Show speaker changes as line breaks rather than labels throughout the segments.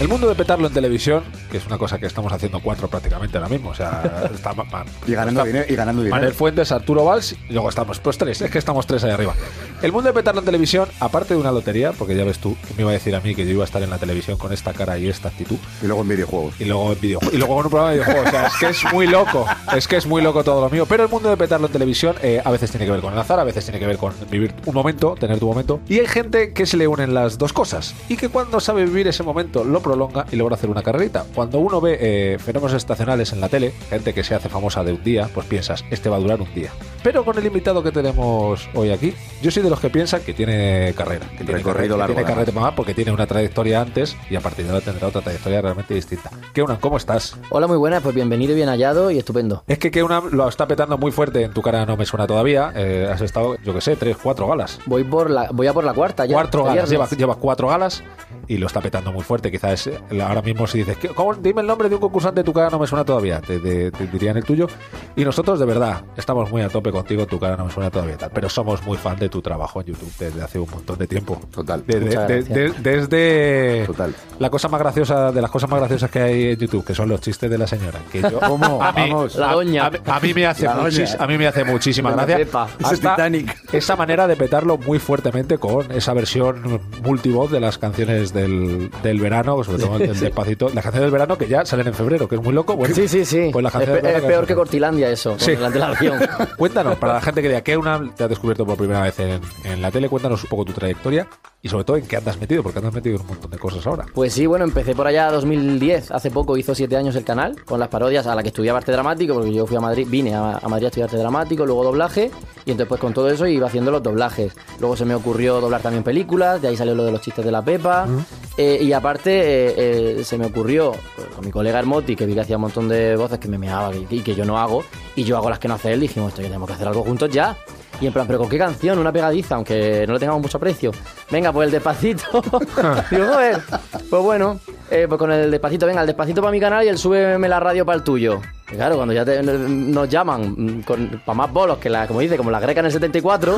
El mundo de petarlo en televisión, que es una cosa que estamos haciendo cuatro prácticamente ahora mismo. O sea, está ma- ma-
Y ganando
está-
dinero. Y ganando dinero.
Manuel Fuentes, Arturo Valls, y luego estamos pues tres, es que estamos tres ahí arriba. El mundo de petarlo en televisión, aparte de una lotería, porque ya ves tú, que me iba a decir a mí que yo iba a estar en la televisión con esta cara y esta actitud?
Y luego en videojuegos.
Y luego, en videojue- y luego con un programa de videojuegos. O sea, es que es muy loco. Es que es muy loco todo lo mío. Pero el mundo de petarlo en televisión eh, a veces tiene que ver con el azar, a veces tiene que ver con vivir un momento, tener tu momento. Y hay gente que se le unen las dos cosas. Y que cuando sabe vivir ese momento lo prolonga y logra hacer una carrerita. Cuando uno ve eh, fenómenos estacionales en la tele, gente que se hace famosa de un día, pues piensas, este va a durar un día. Pero con el invitado que tenemos hoy aquí, yo soy de los que piensan que tiene carrera. Que tiene
Recorrido
carrera, que
largo,
tiene
además.
carrera más porque tiene una trayectoria antes y a partir de ahora tendrá otra trayectoria realmente distinta. Keunam, ¿cómo estás?
Hola, muy buenas, pues bienvenido y bien hallado y estupendo.
Es que Keunam lo está petando muy fuerte en tu cara, no me suena todavía. Eh, has estado, yo que sé, tres, cuatro galas.
Voy por la, voy a por la cuarta ya.
Cuatro
este
galas,
viernes.
llevas llevas cuatro galas y lo está petando muy fuerte. Quizás eh, la- ahora mismo si dices, "¿Qué- cómo- dime el nombre de un concursante de tu cara, no me suena todavía, te, te- te dirían el tuyo. Y nosotros, de verdad, estamos muy a tope contigo, tu cara no me suena todavía, y tal. pero somos muy fan de tu trabajo en YouTube desde hace un montón de tiempo.
Total.
Desde,
Muchas
de-
gracias.
de- desde
Total.
la cosa más graciosa de las cosas más graciosas que hay en YouTube, que son los chistes de la señora. Que yo,
¿Cómo?
A mí,
Vamos.
La
a-
doña.
A, mí- a mí me hace
La doña.
muchis- a mí me hace muchísima
Doña
gracia.
Pepa.
Ese
Hasta
Titanic.
Esa manera de petarlo muy fuertemente con esa versión multivoz de las canciones del, del verano, sobre todo el despacito. Las canciones del verano que ya salen en febrero, que es muy loco. Bueno,
Sí, sí, sí.
Pues las
es,
canciones
pe-
del
es
verano
peor que
son-
Cortilandia eso,
Sí.
con la antelación.
Cuéntanos, para la gente que diga que una te ha descubierto por primera vez en, en la tele, cuéntanos un poco tu trayectoria y sobre todo en qué andas metido, porque andas metido en un montón de cosas ahora.
Pues sí, bueno, empecé por allá 2010, hace poco hizo siete años el canal, con las parodias a la que estudiaba arte dramático, porque yo fui a Madrid, vine a, a Madrid a estudiar arte dramático, luego doblaje, y entonces pues con todo eso iba haciendo los doblajes. Luego se me ocurrió doblar también películas, de ahí salió lo de los chistes de la Pepa, eh, y aparte eh, eh, se me ocurrió pues, con mi colega Hermoti, que vi que hacía un montón de voces que me meaba y, y que yo no hago, y yo hago las que no hace él, y dijimos, esto ya tenemos que hacer algo juntos ya. Y en plan, ¿pero con qué canción? Una pegadiza, aunque no le tengamos mucho aprecio. Venga, pues el despacito. Digo, joder. Pues bueno, eh, pues con el despacito, venga, el despacito para mi canal y el súbeme la radio para el tuyo. Y Claro, cuando ya te- nos llaman para más bolos que la, como dice, como la greca en el 74.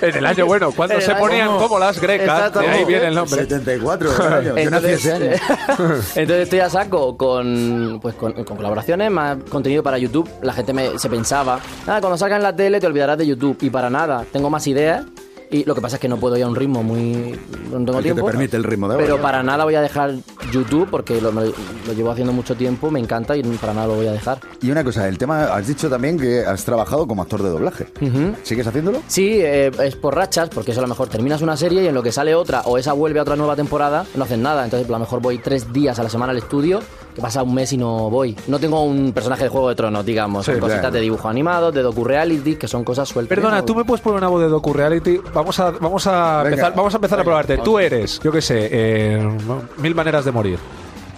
en el año bueno, cuando
En el
se
año
ponían
bueno.
como las grecas, de ahí
Exactamente.
viene el nombre.
74 años. Yo nací ese año.
entonces estoy a saco con, pues con, con colaboraciones, más contenido para YouTube. La gente me- se pensaba, ah, cuando salga en la tele te olvidarás de YouTube. Y para nada, tengo más ideas. Y lo que pasa es que no puedo ir a un ritmo muy... No tengo
El que te
tiempo.
permite el ritmo de ahora.
Pero para nada voy a dejar YouTube porque lo, me- lo llevo haciendo mucho tiempo, me encanta y para nada lo voy a dejar.
Y una cosa, el tema, has dicho también que has trabajado como actor de doblaje. ¿Sigues haciéndolo?
Sí, eh, es por rachas, porque eso a lo mejor terminas una serie y en lo que sale otra o esa vuelve a otra nueva temporada, no hacen nada. Entonces, a lo mejor voy tres días a la semana al estudio, que pasa un mes y no voy. No tengo un personaje de Juego de Tronos, digamos.
Sí,
Son cositas
claro.
de dibujo animado, de docu-reality, que son cosas sueltas.
Perdona, tú me puedes poner una voz de docu reality. Vamos a, vamos a
Venga.
empezar, vamos a, empezar a probarte. Tú eres, yo qué sé, eh, mil maneras de morir.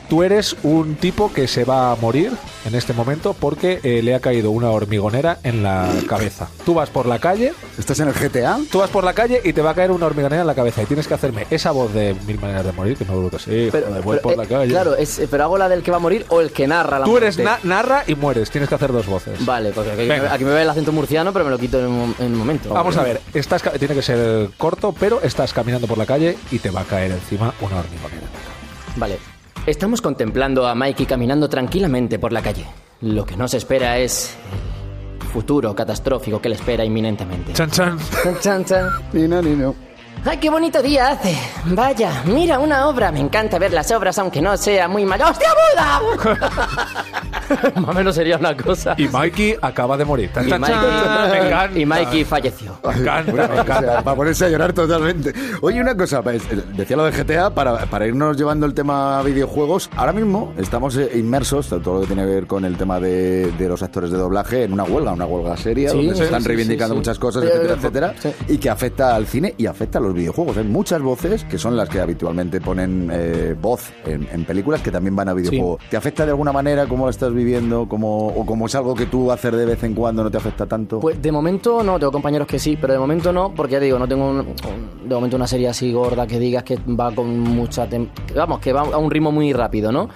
Tú eres un tipo que se va a morir en este momento porque eh, le ha caído una hormigonera en la cabeza. Tú vas por la calle,
¿Estás en el GTA?
tú vas por la calle y te va a caer una hormigonera en la cabeza y tienes que hacerme esa voz de mil maneras de morir que no lo que sé.
Pero,
joder, voy
pero,
por la
eh,
calle.
Claro, es- eh, pero hago la del que va a morir o el que narra la
Tú eres
muerte.
na- narra y mueres. Tienes que hacer dos voces.
Vale, porque aquí,
Venga.
aquí me ve el acento murciano, pero me lo quito en un, en un momento.
Vamos a ver, estás, ca- tiene que ser corto, pero estás caminando por la calle y te va a caer encima una hormigonera.
Vale. Estamos contemplando a Mikey caminando tranquilamente por la calle. Lo que nos espera es el futuro catastrófico que le espera inminentemente.
Chan, chan.
Chan, chan, chan.
Ni no, ni no.
¡Ay, qué bonito día hace! Vaya, mira una obra. Me encanta ver las obras, aunque no sea muy mala. ¡Hostia puta! Más o menos sería una cosa.
Y Mikey acaba de morir. Chan,
Y
chan, chan. Me encanta.
Mikey, y Mikey falleció.
Me encanta,
Bueno,
me
o sea,
encanta.
para ponerse a llorar totalmente. Oye, una cosa, pues, eh, decía lo de GTA, para, para irnos llevando el tema a videojuegos, ahora mismo estamos eh, inmersos, todo lo que tiene que ver con el tema de, de los actores de doblaje, en una huelga, una huelga seria,
Sí,
donde se
sí,
están
sí,
reivindicando
sí, sí.
muchas cosas,
Eh,
etcétera,
eh,
etcétera, y que afecta al cine y afecta a los videojuegos. Hay muchas voces que son las que habitualmente ponen eh, voz en, en películas que también van a videojuegos. ¿Te afecta de alguna manera cómo la estás viviendo? ¿Cómo, ¿O como es algo que tú hacer de vez en cuando no te afecta tanto?
Pues de momento no, tengo compañeros que sí, pero de momento no, porque ya te digo, no tengo un- un- de momento una serie así gorda que digas que va con mucha... tem- que vamos, que va a un ritmo muy rápido, ¿no?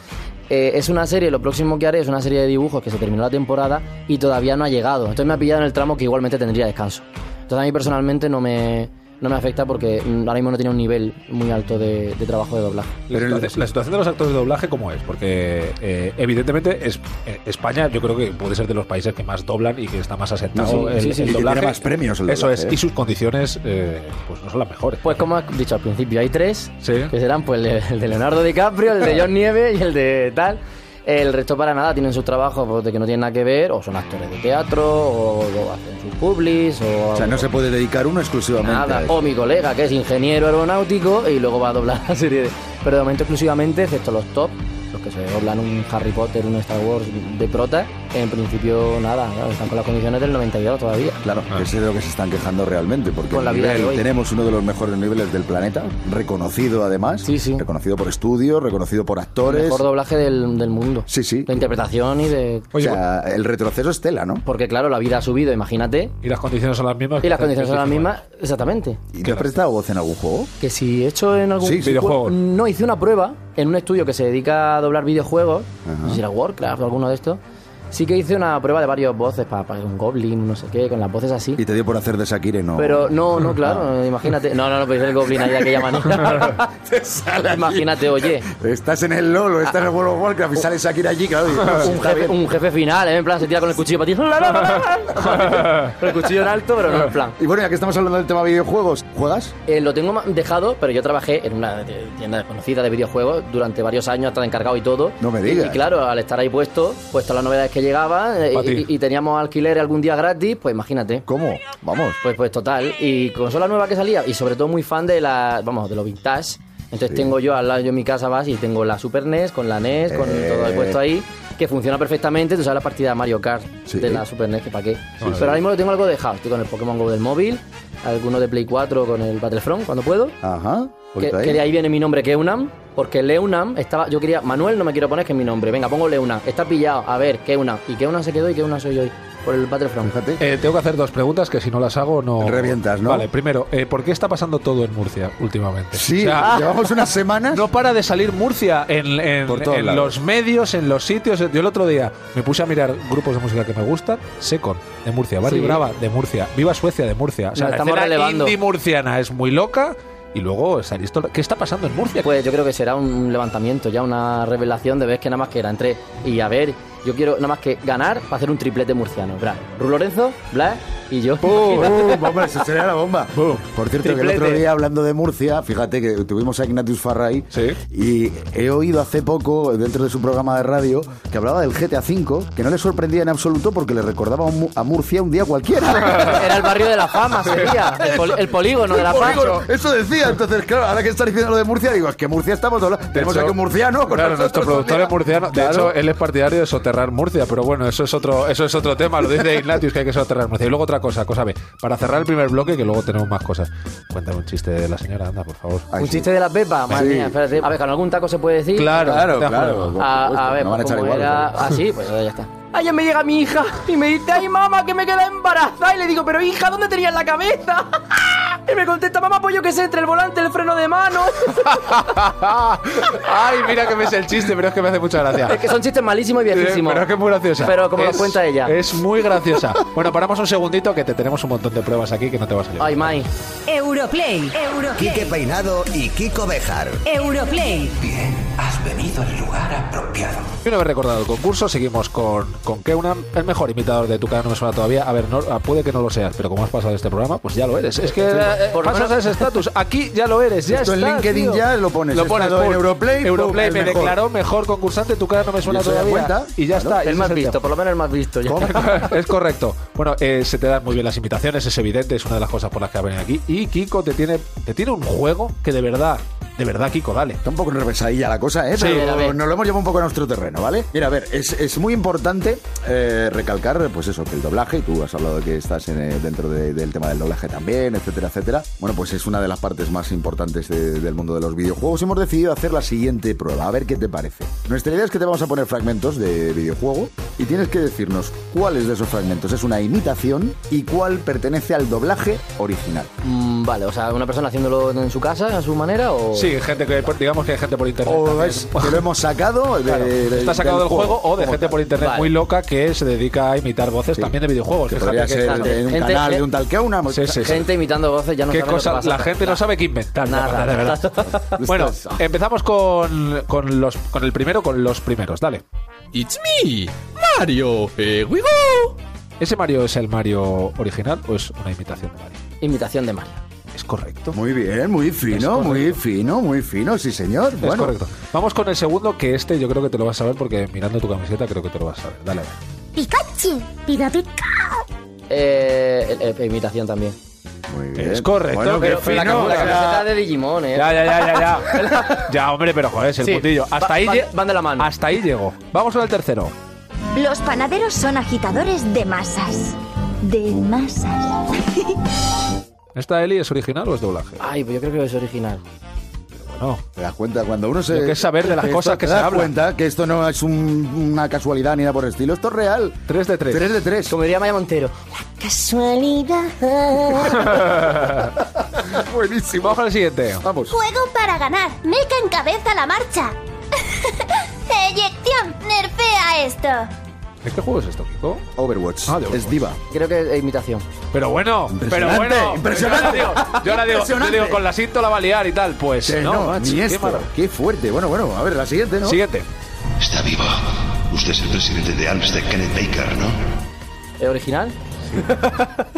Eh, es una serie, lo próximo que haré es una serie de dibujos que se terminó la temporada y todavía no ha llegado. Entonces me ha pillado en el tramo que igualmente tendría descanso. Entonces a mí personalmente no me, no me afecta porque mm, ahora mismo no tenía un nivel muy alto de, de trabajo de doblaje.
La, situa- la situación de los actores de doblaje, ¿cómo es? Porque eh, evidentemente es, eh, España yo creo que puede ser de los países que más doblan y que está más asentado
Sí,
el,
sí, sí.
el
Y que
doblaje.
tiene más premios el
Eso
doblaje,
es,
¿eh?
y sus condiciones eh, pues no son las mejores.
Pues como has dicho al principio, hay tres,
Sí.
que serán pues el, el de Leonardo DiCaprio, el de John Nieve y el de tal. El resto para nada tienen sus trabajos pues, de que no tienen nada que ver, o son actores de teatro, o, o hacen sus publis, o...
O sea, no se puede dedicar uno exclusivamente a
Nada.
eso.
O mi colega, que es ingeniero aeronáutico, y luego va a doblar la serie. de- Pero de momento exclusivamente, excepto los top, los que se doblan un Harry Potter, un Star Wars de prota, en principio nada, claro, están con las condiciones del 92 todavía.
Claro, eso es de lo que se están quejando realmente, porque
Con la
el
vida
nivel-
de hoy.
tenemos uno de los mejores niveles del planeta, reconocido además,
Sí, sí.
reconocido por estudios, reconocido por actores.
Mejor doblaje del, del mundo.
Sí, sí.
De interpretación y de...
O sea, el retroceso es tela, ¿no?
Porque claro, la vida ha subido, imagínate.
Y las condiciones son las mismas.
Y las
que hacen
condiciones son las
difícil,
mismas, exactamente.
¿Y te has prestado voz en algún juego?
Que si he hecho en algún
Sí,
videojuegos.
No, hice una prueba en un estudio que se dedica a doblar videojuegos. No sé si era Warcraft o alguno de estos. Sí que hice una prueba de varios voces para, para un Goblin, no sé qué, con las voces así.
Y te dio por hacer de Shakire, ¿no?
Pero no, no, claro, imagínate. No, no, no, pero el Goblin ahí de aquella manera.
Te sale allí.
imagínate, oye.
Estás en el LOL, o estás en el World of Warcraft y sale Shakira allí, claro. y-
Un jefe, un jefe final, ¿eh? en plan, se tira con el cuchillo para ti. Con el cuchillo en alto, pero no en plan.
Y bueno, ya que estamos hablando del tema videojuegos, ¿juegas?
Eh, lo tengo ma- dejado, pero yo trabajé en una eh, tienda desconocida de videojuegos durante varios años, estaba encargado y todo.
No me
Y-
digas.
Y, claro, al estar ahí puesto, pues todas las novedades que llegaban eh,
Pa' ti.
y, y teníamos alquiler algún día gratis, pues imagínate.
¿Cómo? Vamos.
Pues, pues total. Y consola nueva que salía, y sobre todo muy fan de la, vamos, de lo vintage. Entonces tengo yo al lado, yo en mi casa vas y tengo la Super NES con la NES, con
Eh.
todo puesto ahí, que funciona perfectamente. Tú sabes la partida de Mario Kart
Sí.
de la Super NES, que para qué. Pero ahora mismo lo tengo algo dejado. Estoy con el Pokémon Go del móvil, alguno de Play 4 con el Battlefront cuando puedo.
Ajá.
Que,
poquito Ah, pues ahí.
que de ahí viene mi nombre, que es UNAM, porque Leunam estaba. Yo quería. Manuel no me quiero poner que es mi nombre. Venga, pongo Leunam. Está pillado. A ver, que UNAM. Y que UNAM se quedó y que UNAM soy hoy. Por el Battlefront.
Fíjate.
Eh, tengo que hacer dos preguntas que si no las hago no...
Revientas, ¿no?
Vale, primero, eh, ¿por qué está pasando todo en Murcia últimamente?
Sí,
O sea,
llevamos unas semanas.
No para de salir Murcia en, en-
Por todos
en
lados.
los medios, en los sitios. Yo el otro día me puse a mirar grupos de música que me gustan. Secon, de Murcia. Barry
Sí.
Brava, de Murcia. Viva Suecia, de Murcia. O sea,
Nos
la
estamos
escena
relevando.
indie murciana es muy loca. Y luego está listo. ¿Qué está pasando en Murcia?
Pues yo creo que será un levantamiento, ya una revelación de ver que nada más que era entre. Y a ver, yo quiero nada más que ganar para hacer un triplete murciano. Bra, Ru Lorenzo, Blas y yo.
¡Bum! Hombre, eso sería la Uh, bomba.
¡Bum!
Por cierto, que el
Triplete.
otro día hablando de Murcia, fíjate que tuvimos a Ignatius Farray
Sí.
y he oído hace poco, dentro de su programa de radio, que hablaba del GTA V, que no le sorprendía en absoluto porque le recordaba a Mu- a Murcia un día cualquiera.
Era el barrio de la fama, sería. El, pol- el polígono de la fama.
Polígono, Eso decía, entonces, claro, ahora que está diciendo lo de Murcia, digo, es que Murcia estamos hablando.
De
Tenemos
hecho,
aquí un murciano con
claro, nuestro
nosotros
productor
un
es murciano. De
Claro.
hecho, él es partidario de soterrar Murcia, pero bueno, eso es otro, eso es otro tema. Lo dice Ignatius que hay que soterrar Murcia. Y luego otra cosa, cosa B. Para cerrar el primer bloque, que luego tenemos más cosas. Cuéntame un chiste de la señora, anda, por favor.
Ay,
Un
sí.
chiste de la Pepa, madre
Sí.
mía, espérate. A ver, con algún taco se puede decir.
Claro,
de acuerdo.
claro. Por
A,
supuesto,
a ver,
no van a
pues,
echar
como
igual, ¿eh?
era
pero-
así, pues ya está. Ayer me llega mi hija y me dice, ay mamá, que me queda embarazada. Y le digo, pero hija, ¿dónde tenías la cabeza? Y me contesta, mamá, pues yo qué sé, entre el volante y el freno de mano.
Ay, mira que me es el chiste, pero es que me hace mucha gracia.
es que son chistes malísimos y viejísimos.
Pero es que es muy graciosa.
Pero como
es,
lo cuenta ella.
Es muy graciosa. bueno, paramos un segundito que te tenemos un montón de pruebas aquí que no te va a salir.
Ay, Mai.
Europlay.
Quique
Europlay.
Peinado y Kiko Bejar.
Europlay.
Bien, has venido al lugar apropiado.
Y una vez recordado el concurso, seguimos con, con Keunam, el mejor imitador de tu cara no me suena todavía. A ver, no, ah, puede que no lo seas, pero como has pasado este programa, pues ya lo eres. Es que eh,
Por lo
pasas a ese estatus. Aquí ya lo eres, ya
Esto en
estás,
LinkedIn
tío.
ya lo pones.
Lo
He
pones
estado en
pum,
Europlay, pum,
Europlay
el
me
mejor.
declaró mejor concursante, tu cara no me suena
¿Y eso da
todavía.
cuenta?
y ya
Claro.
está. y
El
ese
más
es el
visto,
tema.
por lo menos el más visto. ya.
es correcto. Bueno, eh, se te dan muy bien las imitaciones, es evidente, es una de las cosas por las que ha venido aquí. Y Kiko te tiene, te tiene un juego que de verdad, de verdad, Kiko, dale.
Está un poco revesadilla la cosa, ¿eh?
Sí,
a
Pero
ver.
nos lo hemos llevado un poco a nuestro terreno, ¿vale? Mira, a ver, es, es muy importante eh, recalcar, pues eso, que el doblaje, y tú has hablado de que estás en, eh, dentro de- del tema del doblaje también, etcétera, etcétera. Bueno, pues es una de las partes más importantes de- del mundo de los videojuegos. Hemos decidido hacer la siguiente prueba, a ver qué te parece. Nuestra idea es que te vamos a poner fragmentos de videojuego y tienes que decirnos cuáles de esos fragmentos es una imitación y cuál pertenece al doblaje original.
Mm, vale, o sea, una persona haciéndolo en su casa, a su manera, o...
Sí, Sí, gente que, por- digamos que hay gente por internet.
O
también.
es que lo hemos sacado de,
Oh, Claro,
de-
está sacado del juego, o de
Eh, como
gente
tal.
por internet
Vale.
muy loca que se dedica a imitar voces también de videojuegos.
Que
Fíjate
podría
que-
ser
claro.
de un
Gente-
canal de un tal que una.
Sí, sí, sí.
Gente imitando voces, ya no
¿Qué
sabe lo que
cosa?
pasa.
la gente no sabe qué inventar. la
Nada.
verdad, de verdad. bueno, empezamos con, con los, con el primero, con los primeros. Dale.
It's me, Mario. Here we go.
¿Ese Mario es el Mario original o es una imitación de Mario?
Imitación de Mario.
Es correcto.
Muy bien, muy fino,
Es
muy fino, muy fino, sí señor.
Es
bueno,
correcto. Vamos con el segundo, que este yo creo que te lo vas a ver porque mirando tu camiseta creo que te lo vas a ver. Dale, a ver.
Pikachu, pica pica.
Eh, eh, eh, imitación también.
muy bien.
Es correcto.
Bueno,
qué
que-
La,
fino.
la camiseta
Ya,
de Digimon, eh.
ya, ya, ya, ya. Ya, hombre, pero joder, es el
Sí.
puntillo. Hasta
Va-
ahí
van-
lle-
van de la mano.
Hasta ahí llego. Vamos con el tercero.
Los panaderos son agitadores de masas. De masas.
¿Esta Eli es original o es doblaje?
Ay, pues yo creo que es original.
No.
Te das cuenta, cuando uno se.
Lo que es saber de las
Esto
cosas que
te
se
das
hablan.
cuenta que esto no es un- una casualidad ni nada por el estilo, esto es real.
3 de 3.
3 de 3.
Como diría Maya Montero.
Casualidad.
Buenísimo. Vamos con el siguiente.
Vamos.
Juego para ganar. Meca encabeza la marcha. Eyección. Nerfea esto.
¿De qué ¿Este juego es esto, Kiko?
Overwatch.
Ah, de Overwatch.
Es diva.
Creo que es imitación.
Pero bueno, pero bueno.
impresionante.
Yo ahora digo, yo ahora digo,
Impresionante.
yo digo, con la cinta la va a liar y tal. Pues
Que
no,
no,
macho,
ni
qué
esto.
maravilla.
Qué fuerte. Bueno, bueno, a ver, la siguiente, ¿no?
Siguiente.
Está vivo. Usted es el presidente de Amstead Kenneth Baker, ¿no?
¿Es original?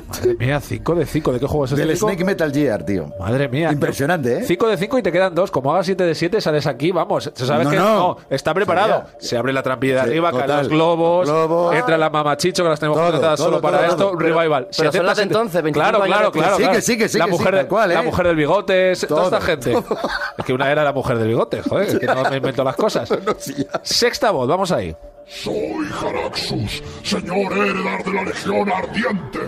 Madre mía, 5 de 5. ¿De qué juego es este?
Del
Kiko?
Snake Metal Gear, tío.
Madre mía.
Impresionante, ¿eh?
5 de 5 y te quedan 2. Como hagas 7 de 7, sales aquí, vamos. Se sabe
No,
que
no.
está preparado.
Sabía.
Se abre la trampilla de
Sí,
arriba, caen
total.
los globos,
Globos.
entra la mamachicho, que las tenemos
Todo,
contratadas
todo,
solo
todo,
para
todo.
esto.
Pero-
Revival.
pero son las de entonces, 25
Claro,
años
claro,
después.
claro.
Sí, que
claro.
sí, que sí,
La
que sí,
mujer,
tal cual,
la
¿eh?
mujer del bigotes,
Todo,
toda esta gente. Es que una era la mujer del bigote, joder, es que no me invento las cosas. Sexta voz, vamos ahí.
Soy Jaraxus, señor heredar de la Legión Ardiente.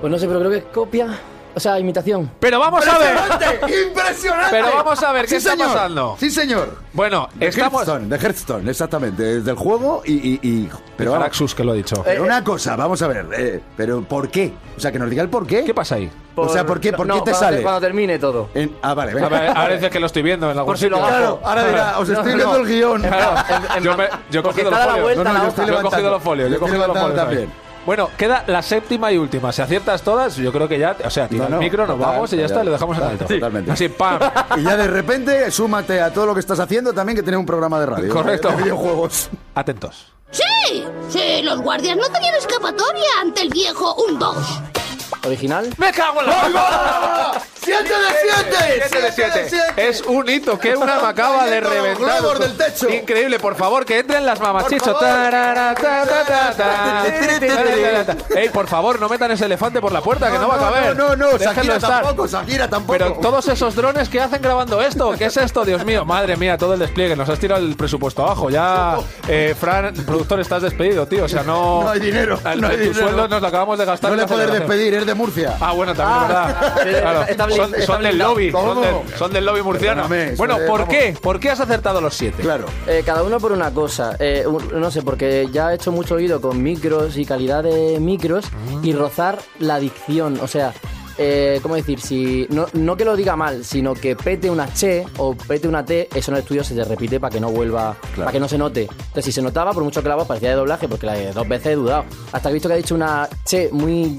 Pues no sé, pero creo que es copia. O sea, imitación.
Pero vamos a ver.
¡Impresionante! ¡Impresionante!
Pero vamos a ver, ¿qué
Sí,
está
señor.
pasando?
Sí, señor.
Bueno,
De
estamos.
Hearthstone, de Hearthstone, exactamente. Desde el juego y. y- y- pero, vamos,
Araxus, que lo ha dicho.
Eh.
pero una cosa, vamos a ver. eh, pero ¿por qué? O sea, que nos diga el por qué.
¿Qué pasa ahí?
O sea, ¿por qué, por
No,
qué te
cuando-
sale?
Cuando termine todo.
En- ah, vale, venga.
A ver, Ahora dices que lo estoy viendo en algún
Por si lo
sitio.
hago.
Claro, ahora dirá, os
No,
estoy
no.
leyendo el guión.
yo, me- yo he
porque
cogido
está
los
a la
folios.
vuelta No, no, la yo
Yo he
hoja. estoy
cogido
levantando.
los folios. Yo he
Yo estoy
cogido los folios.
levantando
ahí.
también.
Bueno, queda la séptima y última. Si aciertas todas, yo creo que ya. O sea, tira
No, no,
el micro, nos
total,
vamos y ya
total,
está, lo dejamos en
total,
alto.
totalmente.
Así, pam.
Y ya de repente, súmate a todo lo que estás haciendo también que tienes un programa de radio. eh,
Correcto.
De videojuegos.
Atentos.
Sí. Sí, los guardias no tenían escapatoria ante el viejo un dos.
¿Original?
¡Me cago en la
¡Siete de siete!
Siete de siete. Es un hito que una me acaba de
Cayendo los
reventar.
globos del techo.
Increíble, por favor, que entren las mamachichos.
Por favor.
Tarara, ta, ta, ta, ta. Ey, por favor, no metan ese elefante por la puerta, que no va a caber.
No, no, no,
Déjenlo
Shakira
estar.
tampoco, Shakira tampoco.
Pero todos esos drones que hacen grabando esto, ¿qué es esto? Dios mío, madre mía, todo el despliegue, nos has tirado el presupuesto abajo. Ya, eh, Fran, productor, estás despedido, tío. O sea, no.
No hay dinero,
Al-
no hay
tu
dinero.
sueldo nos lo acabamos de gastar.
No
en
le
la
puedes
celebración.
despedir, es de Murcia.
Ah, bueno, también,
Ah,
¿verdad? Claro,
está bli-
son,
está
son del
blindado.
lobby, son
¿Cómo?
del, son del lobby murciano.
Perdóname,
bueno,
joder,
¿por
vamos.
qué? ¿Por qué has acertado los siete?
Claro.
Eh, cada uno por una cosa. Eh, un- no sé, porque ya he hecho mucho oído con micros y calidad de micros y rozar la adicción. O sea, eh, ¿cómo decir? Si, no, no que lo diga mal, sino que pete una che o pete una T, eso en el estudio se te repite para que no vuelva, para que no se note. Entonces, si se notaba, por mucho que la voz parecía de doblaje, porque la de dos veces he dudado. Hasta que he visto que ha dicho una che muy.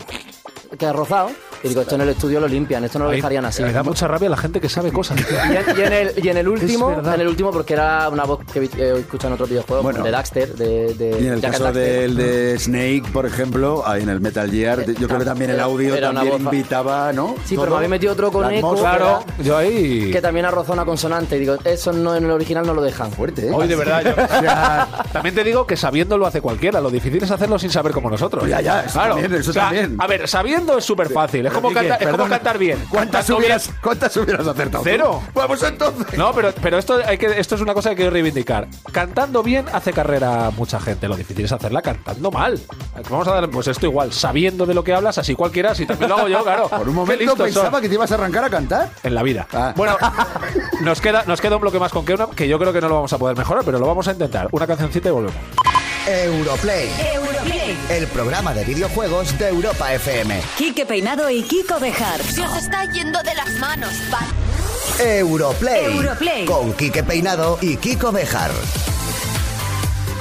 que ha rozado. Y digo, esto en el estudio lo limpian, esto no lo dejarían así.
Me da mucha rabia la gente que sabe cosas. tío.
Y en, y en el, y en el último,
Es verdad.
en el último porque era una voz que vi- eh, escucha en otro videojuego,
Bueno.
de Daxter, de, de
Y en el
Jack
caso
and Daxter.
del de Snake, por ejemplo, ahí en el Metal Gear, yo creo que también el audio
Eh, Era una
también
voz-
invitaba, ¿no?
Sí, pero me había metido otro con
La
eco.
atmósfera.
Claro, yo ahí.
Que también ha rozado una consonante. Y digo, eso no en el original no lo dejan.
Fuerte, ¿eh?
Hoy de verdad. yo- también te digo que sabiendo lo hace cualquiera. Lo difícil es hacerlo sin saber como nosotros.
Ya, ya, eso
claro.
también, eso
O sea,
también.
A ver, sabiendo es súper fácil. Es como,
Enrique,
cantar, es como
perdona.
cantar bien.
¿Cuántas
Cantando bien-
hubieras, ¿Cuántas hubieras acertado? tú?
Cero.
Vamos entonces.
No, pero, pero esto, hay que, esto es una cosa que quiero reivindicar. Cantando bien hace carrera mucha gente. Lo difícil es hacerla cantando mal. Vamos a dar, pues esto igual, sabiendo de lo que hablas, así cualquiera, si también lo hago yo, claro.
Por un
Qué
momento
listos son
pensaba que te ibas a arrancar a cantar.
En la vida.
Ah.
Bueno, nos queda, nos queda un bloque más con que una, que yo creo que no lo vamos a poder mejorar, pero lo vamos a intentar. Una cancioncita y volvemos.
Europlay,
Europlay.
el programa de videojuegos de Europa FM.
Quique Peinado y Kiko Bejar.
Se os está yendo de las manos,
Europlay.
Europlay.
Con Quique Peinado y Kiko Bejar.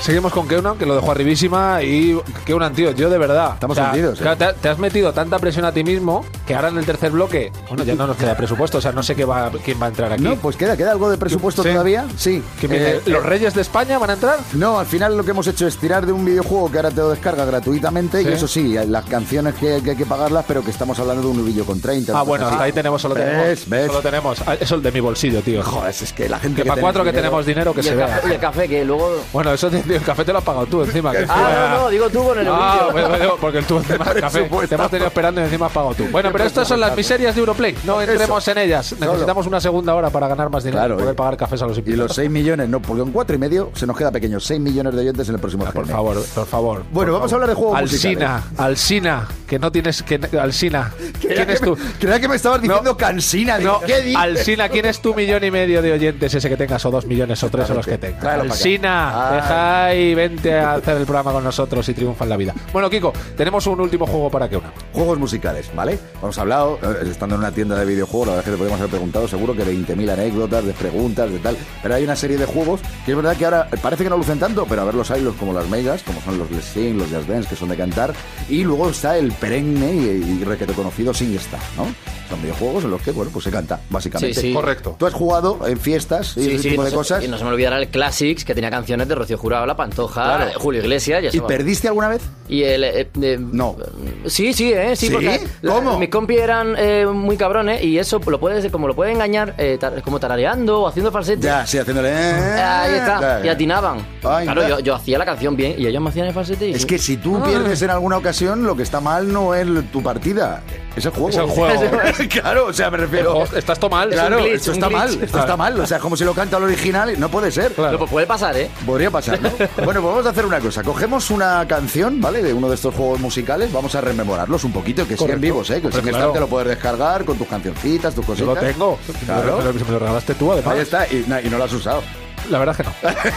Seguimos con Keunan, que lo dejó arribísima. Y Keunan, tío, yo de verdad.
Estamos hundidos, eh.
claro, te, te has metido tanta presión a ti mismo que ahora en el tercer bloque, bueno, ya no nos queda presupuesto. O sea, no sé qué va, quién va a entrar aquí.
No, pues queda, queda algo de presupuesto
Sí.
todavía. Sí.
¿Quién viene?
Eh,
¿Los Reyes de España van a entrar?
No, al final lo que hemos hecho es tirar de un videojuego que ahora te lo descarga gratuitamente
Sí.
y eso sí, las canciones que, que hay que pagarlas, pero que estamos hablando de un nubillo con 30.
Ah,
cosas
bueno,
así.
hasta ahí tenemos, solo
¿Ves?
tenemos.
¿Ves?
Solo tenemos. Ah, Eso es de mi bolsillo, tío.
Joder, es que la gente
Que para
tiene
cuatro que
dinero-
tenemos dinero que
y,
se
el
vea.
café, y el café, que luego.
Bueno, eso tío, el café te lo has pagado tú encima. que
Ah, no, no, digo tú con el
Ah,
anuncio.
bueno, bueno, porque tú encima el café te hemos tenido esperando y encima has pagado tú. Bueno, pero estas son las miserias de Europlay. No entremos en ellas. Necesitamos una segunda hora para ganar más dinero
Claro,
y poder
y-
pagar cafés a los
Y los
invitados.
6 millones, no, porque con cuatro y medio se nos queda pequeño. 6 millones de oyentes en el próximo
Ah, Por
GM.
favor, por favor.
Bueno, vamos a hablar de juegos
Alsina,
musicales.
Alsina, que no tienes que Alsina.
Creía
¿Quién
que
es tú?
me- Creía que me estabas diciendo cansina. digo,
No,
¿Qué dices?
Alsina, ¿quién es tu millón y medio de oyentes ese que tengas o dos millones o tres o los que tengas?
Tráelo para acá.
Alsina,
Ah.
deja ahí, vente a hacer el programa con nosotros y triunfa en la vida. Bueno, Kiko, tenemos un último juego para que una.
Juegos musicales, ¿vale? Hamos hablado, eh, estando en una tienda de videojuegos, la verdad es que te podríamos haber preguntado seguro que 20.000 anécdotas, de preguntas, de tal. Pero hay una serie de juegos que es verdad que ahora eh, parece que no lucen tanto, pero a ver los hay los como las megas, como son los Les Sing, los Just Dance, que son de cantar. Y luego está el perenne y, y requete conocido SingStar, ¿no? Son videojuegos en los que, bueno, pues se canta, básicamente.
Sí, sí.
Correcto.
Tú has jugado en fiestas y ese tipo
no
de
se-
cosas.
Y no se me olvidará el Classics, que tenía canciones de Rocío Jurado, La Pantoja,
Claro.
Julio Iglesias. ya
¿Y
sabes.
perdiste alguna vez?
Y el. eh, eh,
No.
Sí, sí, ¿eh? Sí,
¿Sí?
porque. la-
¿Cómo?
mis compis eran eh, muy cabrones y eso lo puedes, como lo pueden engañar, eh, tar- como tarareando o haciendo falsete.
Ya, sí, haciéndole. eh,
Ahí está, y atinaban.
Ay,
claro,
mira.
yo, yo hacía la canción bien y ellos me hacían el falsete. Y
Es que si
Ah.
tú pierdes en alguna ocasión, lo que está mal no es tu partida, es el juego.
Es el juego.
claro, o sea, me refiero.
Host, Estás todo mal.
Claro,
un glitch,
esto
un
está
glitch.
mal, esto está mal. O sea, como si lo canta el original, no puede ser.
Claro.
Pero, pues, puede pasar, ¿eh?
Podría pasar, ¿no? Bueno, pues vamos a hacer una cosa. Cogemos una canción, ¿vale? De uno de estos juegos musicales. Vamos a rememorarlos un poquito, que siguen
Correcto.
vivos, ¿eh? Que el
Hombre,
SingStar
claro.
te lo puedes descargar con tus cancioncitas, tus
Yo lo
cositas.
tengo.
Claro.
Me, lo, me lo regalaste tú, además.
Ahí está, y, na- y no lo has usado.
La verdad es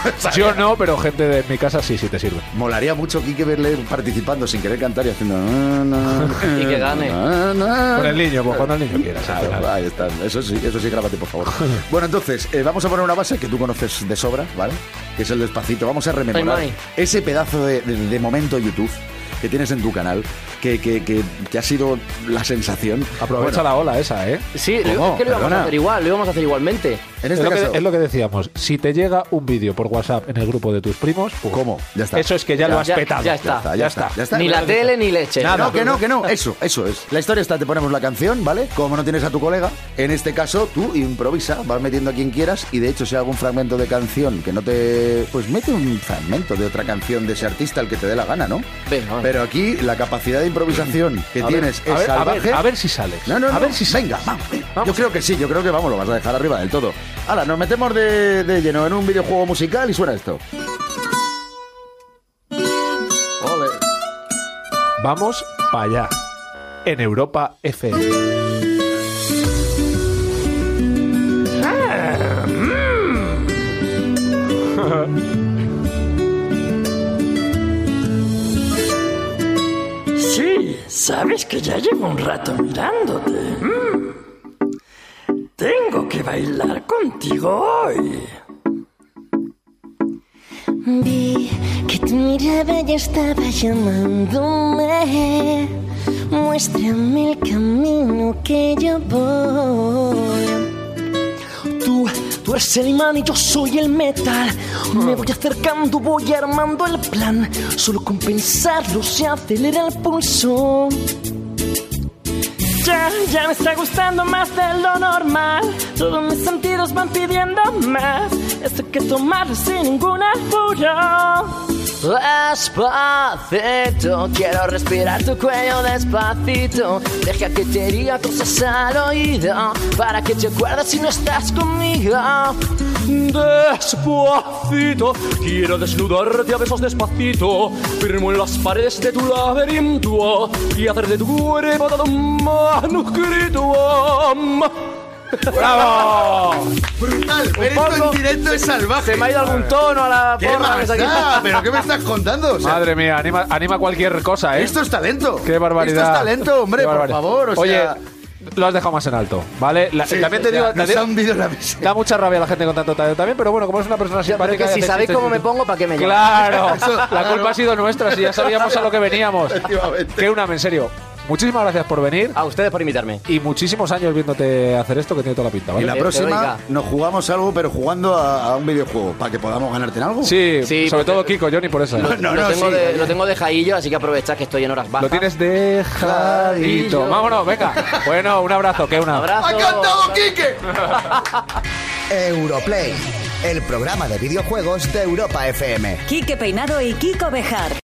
que no. Yo no, pero gente de mi casa sí, sí te sirve.
Molaría mucho, Quique, verle participando sin querer cantar y haciendo... na, na,
Y que gane.
na, na.
Con el niño, pues cuando el niño quieras. al final.
Ahí está, eso sí, eso sí, grábate, por favor. Bueno, entonces, eh, vamos a poner una base que tú conoces de sobra, ¿vale? Que es el despacito. Vamos a rememorar
Ay, mami.
ese pedazo de, de- de momento YouTube que tienes en tu canal, que, que- que- que ha sido la sensación.
Aprovecha la ola esa, ¿eh?
Sí, lo-
¿Cómo?
es que lo íbamos
Perdona.
a hacer igual, lo íbamos a hacer igualmente.
En
Es
este
lo, que,
caso,
es lo que decíamos. Si te llega un vídeo por WhatsApp en el grupo de tus primos, pues,
¿Cómo? Ya está.
Eso es que ya,
Ya,
lo has
ya,
petado.
ya está.
ya está, ya está.
Ni la tele ni leche.
Nada.
No, que no, que no. Eso, eso es. La historia está, te ponemos la canción, ¿vale? Como no tienes a tu colega, en este caso tú improvisa, vas metiendo a quien quieras y de hecho si hay algún fragmento de canción que no te... Pues mete un fragmento de otra canción de ese artista al que te dé la gana, ¿no?
Venga, venga.
Pero aquí la capacidad de improvisación que
A ver,
tienes
a
es
ver, a
salvaje.
ver, a ver si sales.
No, no,
a
no.
ver si sales.
Venga, vamos, venga.
Vamos.
Yo creo que sí, yo creo que vamos, lo vas a dejar arriba del todo. Ahora, nos metemos de, de lleno en un videojuego musical y suena esto.
Vamos para allá. En Europa FM.
Sí, sabes que ya llevo un rato mirándote. Mm. Tengo que bailar contigo hoy.
Vi que te miraba y estaba llamándome. Muéstrame el camino que yo voy.
Tú, tú eres el imán y yo soy el metal. Me voy acercando, voy armando el plan. Solo con pensarlo se acelera el pulso. Ya, ya me está gustando más de lo normal. Todos mis sentidos van pidiendo más. Esto hay que tomarlo sin ningún apuro.
Despacito, quiero respirar tu cuello despacito. Deja que te diga cosas al oído para que te acuerdes si no estás conmigo.
Despacito, quiero desnudarte a besos despacito, firmo en las paredes de tu laberinto y hacer de tu cuerpo todo un manuscrito.
¡Brutal! Ver
Pablo,
directo es salvaje.
Se me ha ido algún tono a la
¿Qué
porra que
más
se ha
da?
quitado.
¿Pero qué me estás contando? O sea,
Madre mía, anima, anima cualquier cosa, ¿eh?
Esto es talento.
Qué barbaridad.
Esto es talento, hombre,
Qué
por
barbaridad.
favor. o
Oye,
sea, eh,
lo has dejado más en alto, ¿vale? La-
Sí,
también te
ya,
digo,
nos
también-
han visto la misión.
da mucha rabia a la gente con tanto talento también, pero bueno, como es una persona así,
Pero que si sabéis cómo me pongo, ¿para qué me llamáis?
Claro,
Eso-
la culpa ha sido nuestra, si ya sabíamos a lo que veníamos. Que una, en serio. Muchísimas gracias por venir.
A ustedes por invitarme.
Y muchísimos años viéndote hacer esto que tiene toda la pinta, ¿vale?
Y la próxima nos jugamos algo, pero jugando a, a un videojuego, para que podamos ganarte en algo.
Sí,
Sí,
sobre
porque-
todo Kiko, Johnny, por eso.
Lo, lo tengo de, lo tengo de jaillo, así que aprovechad que estoy en horas bajas.
Lo tienes dejadito. Vámonos, venga. Bueno, un abrazo, que una.
Abrazo.
¡Ha cantado
Quique!
Europlay, el programa de videojuegos de Europa FM.
Quique Peinado y Kiko Bejar.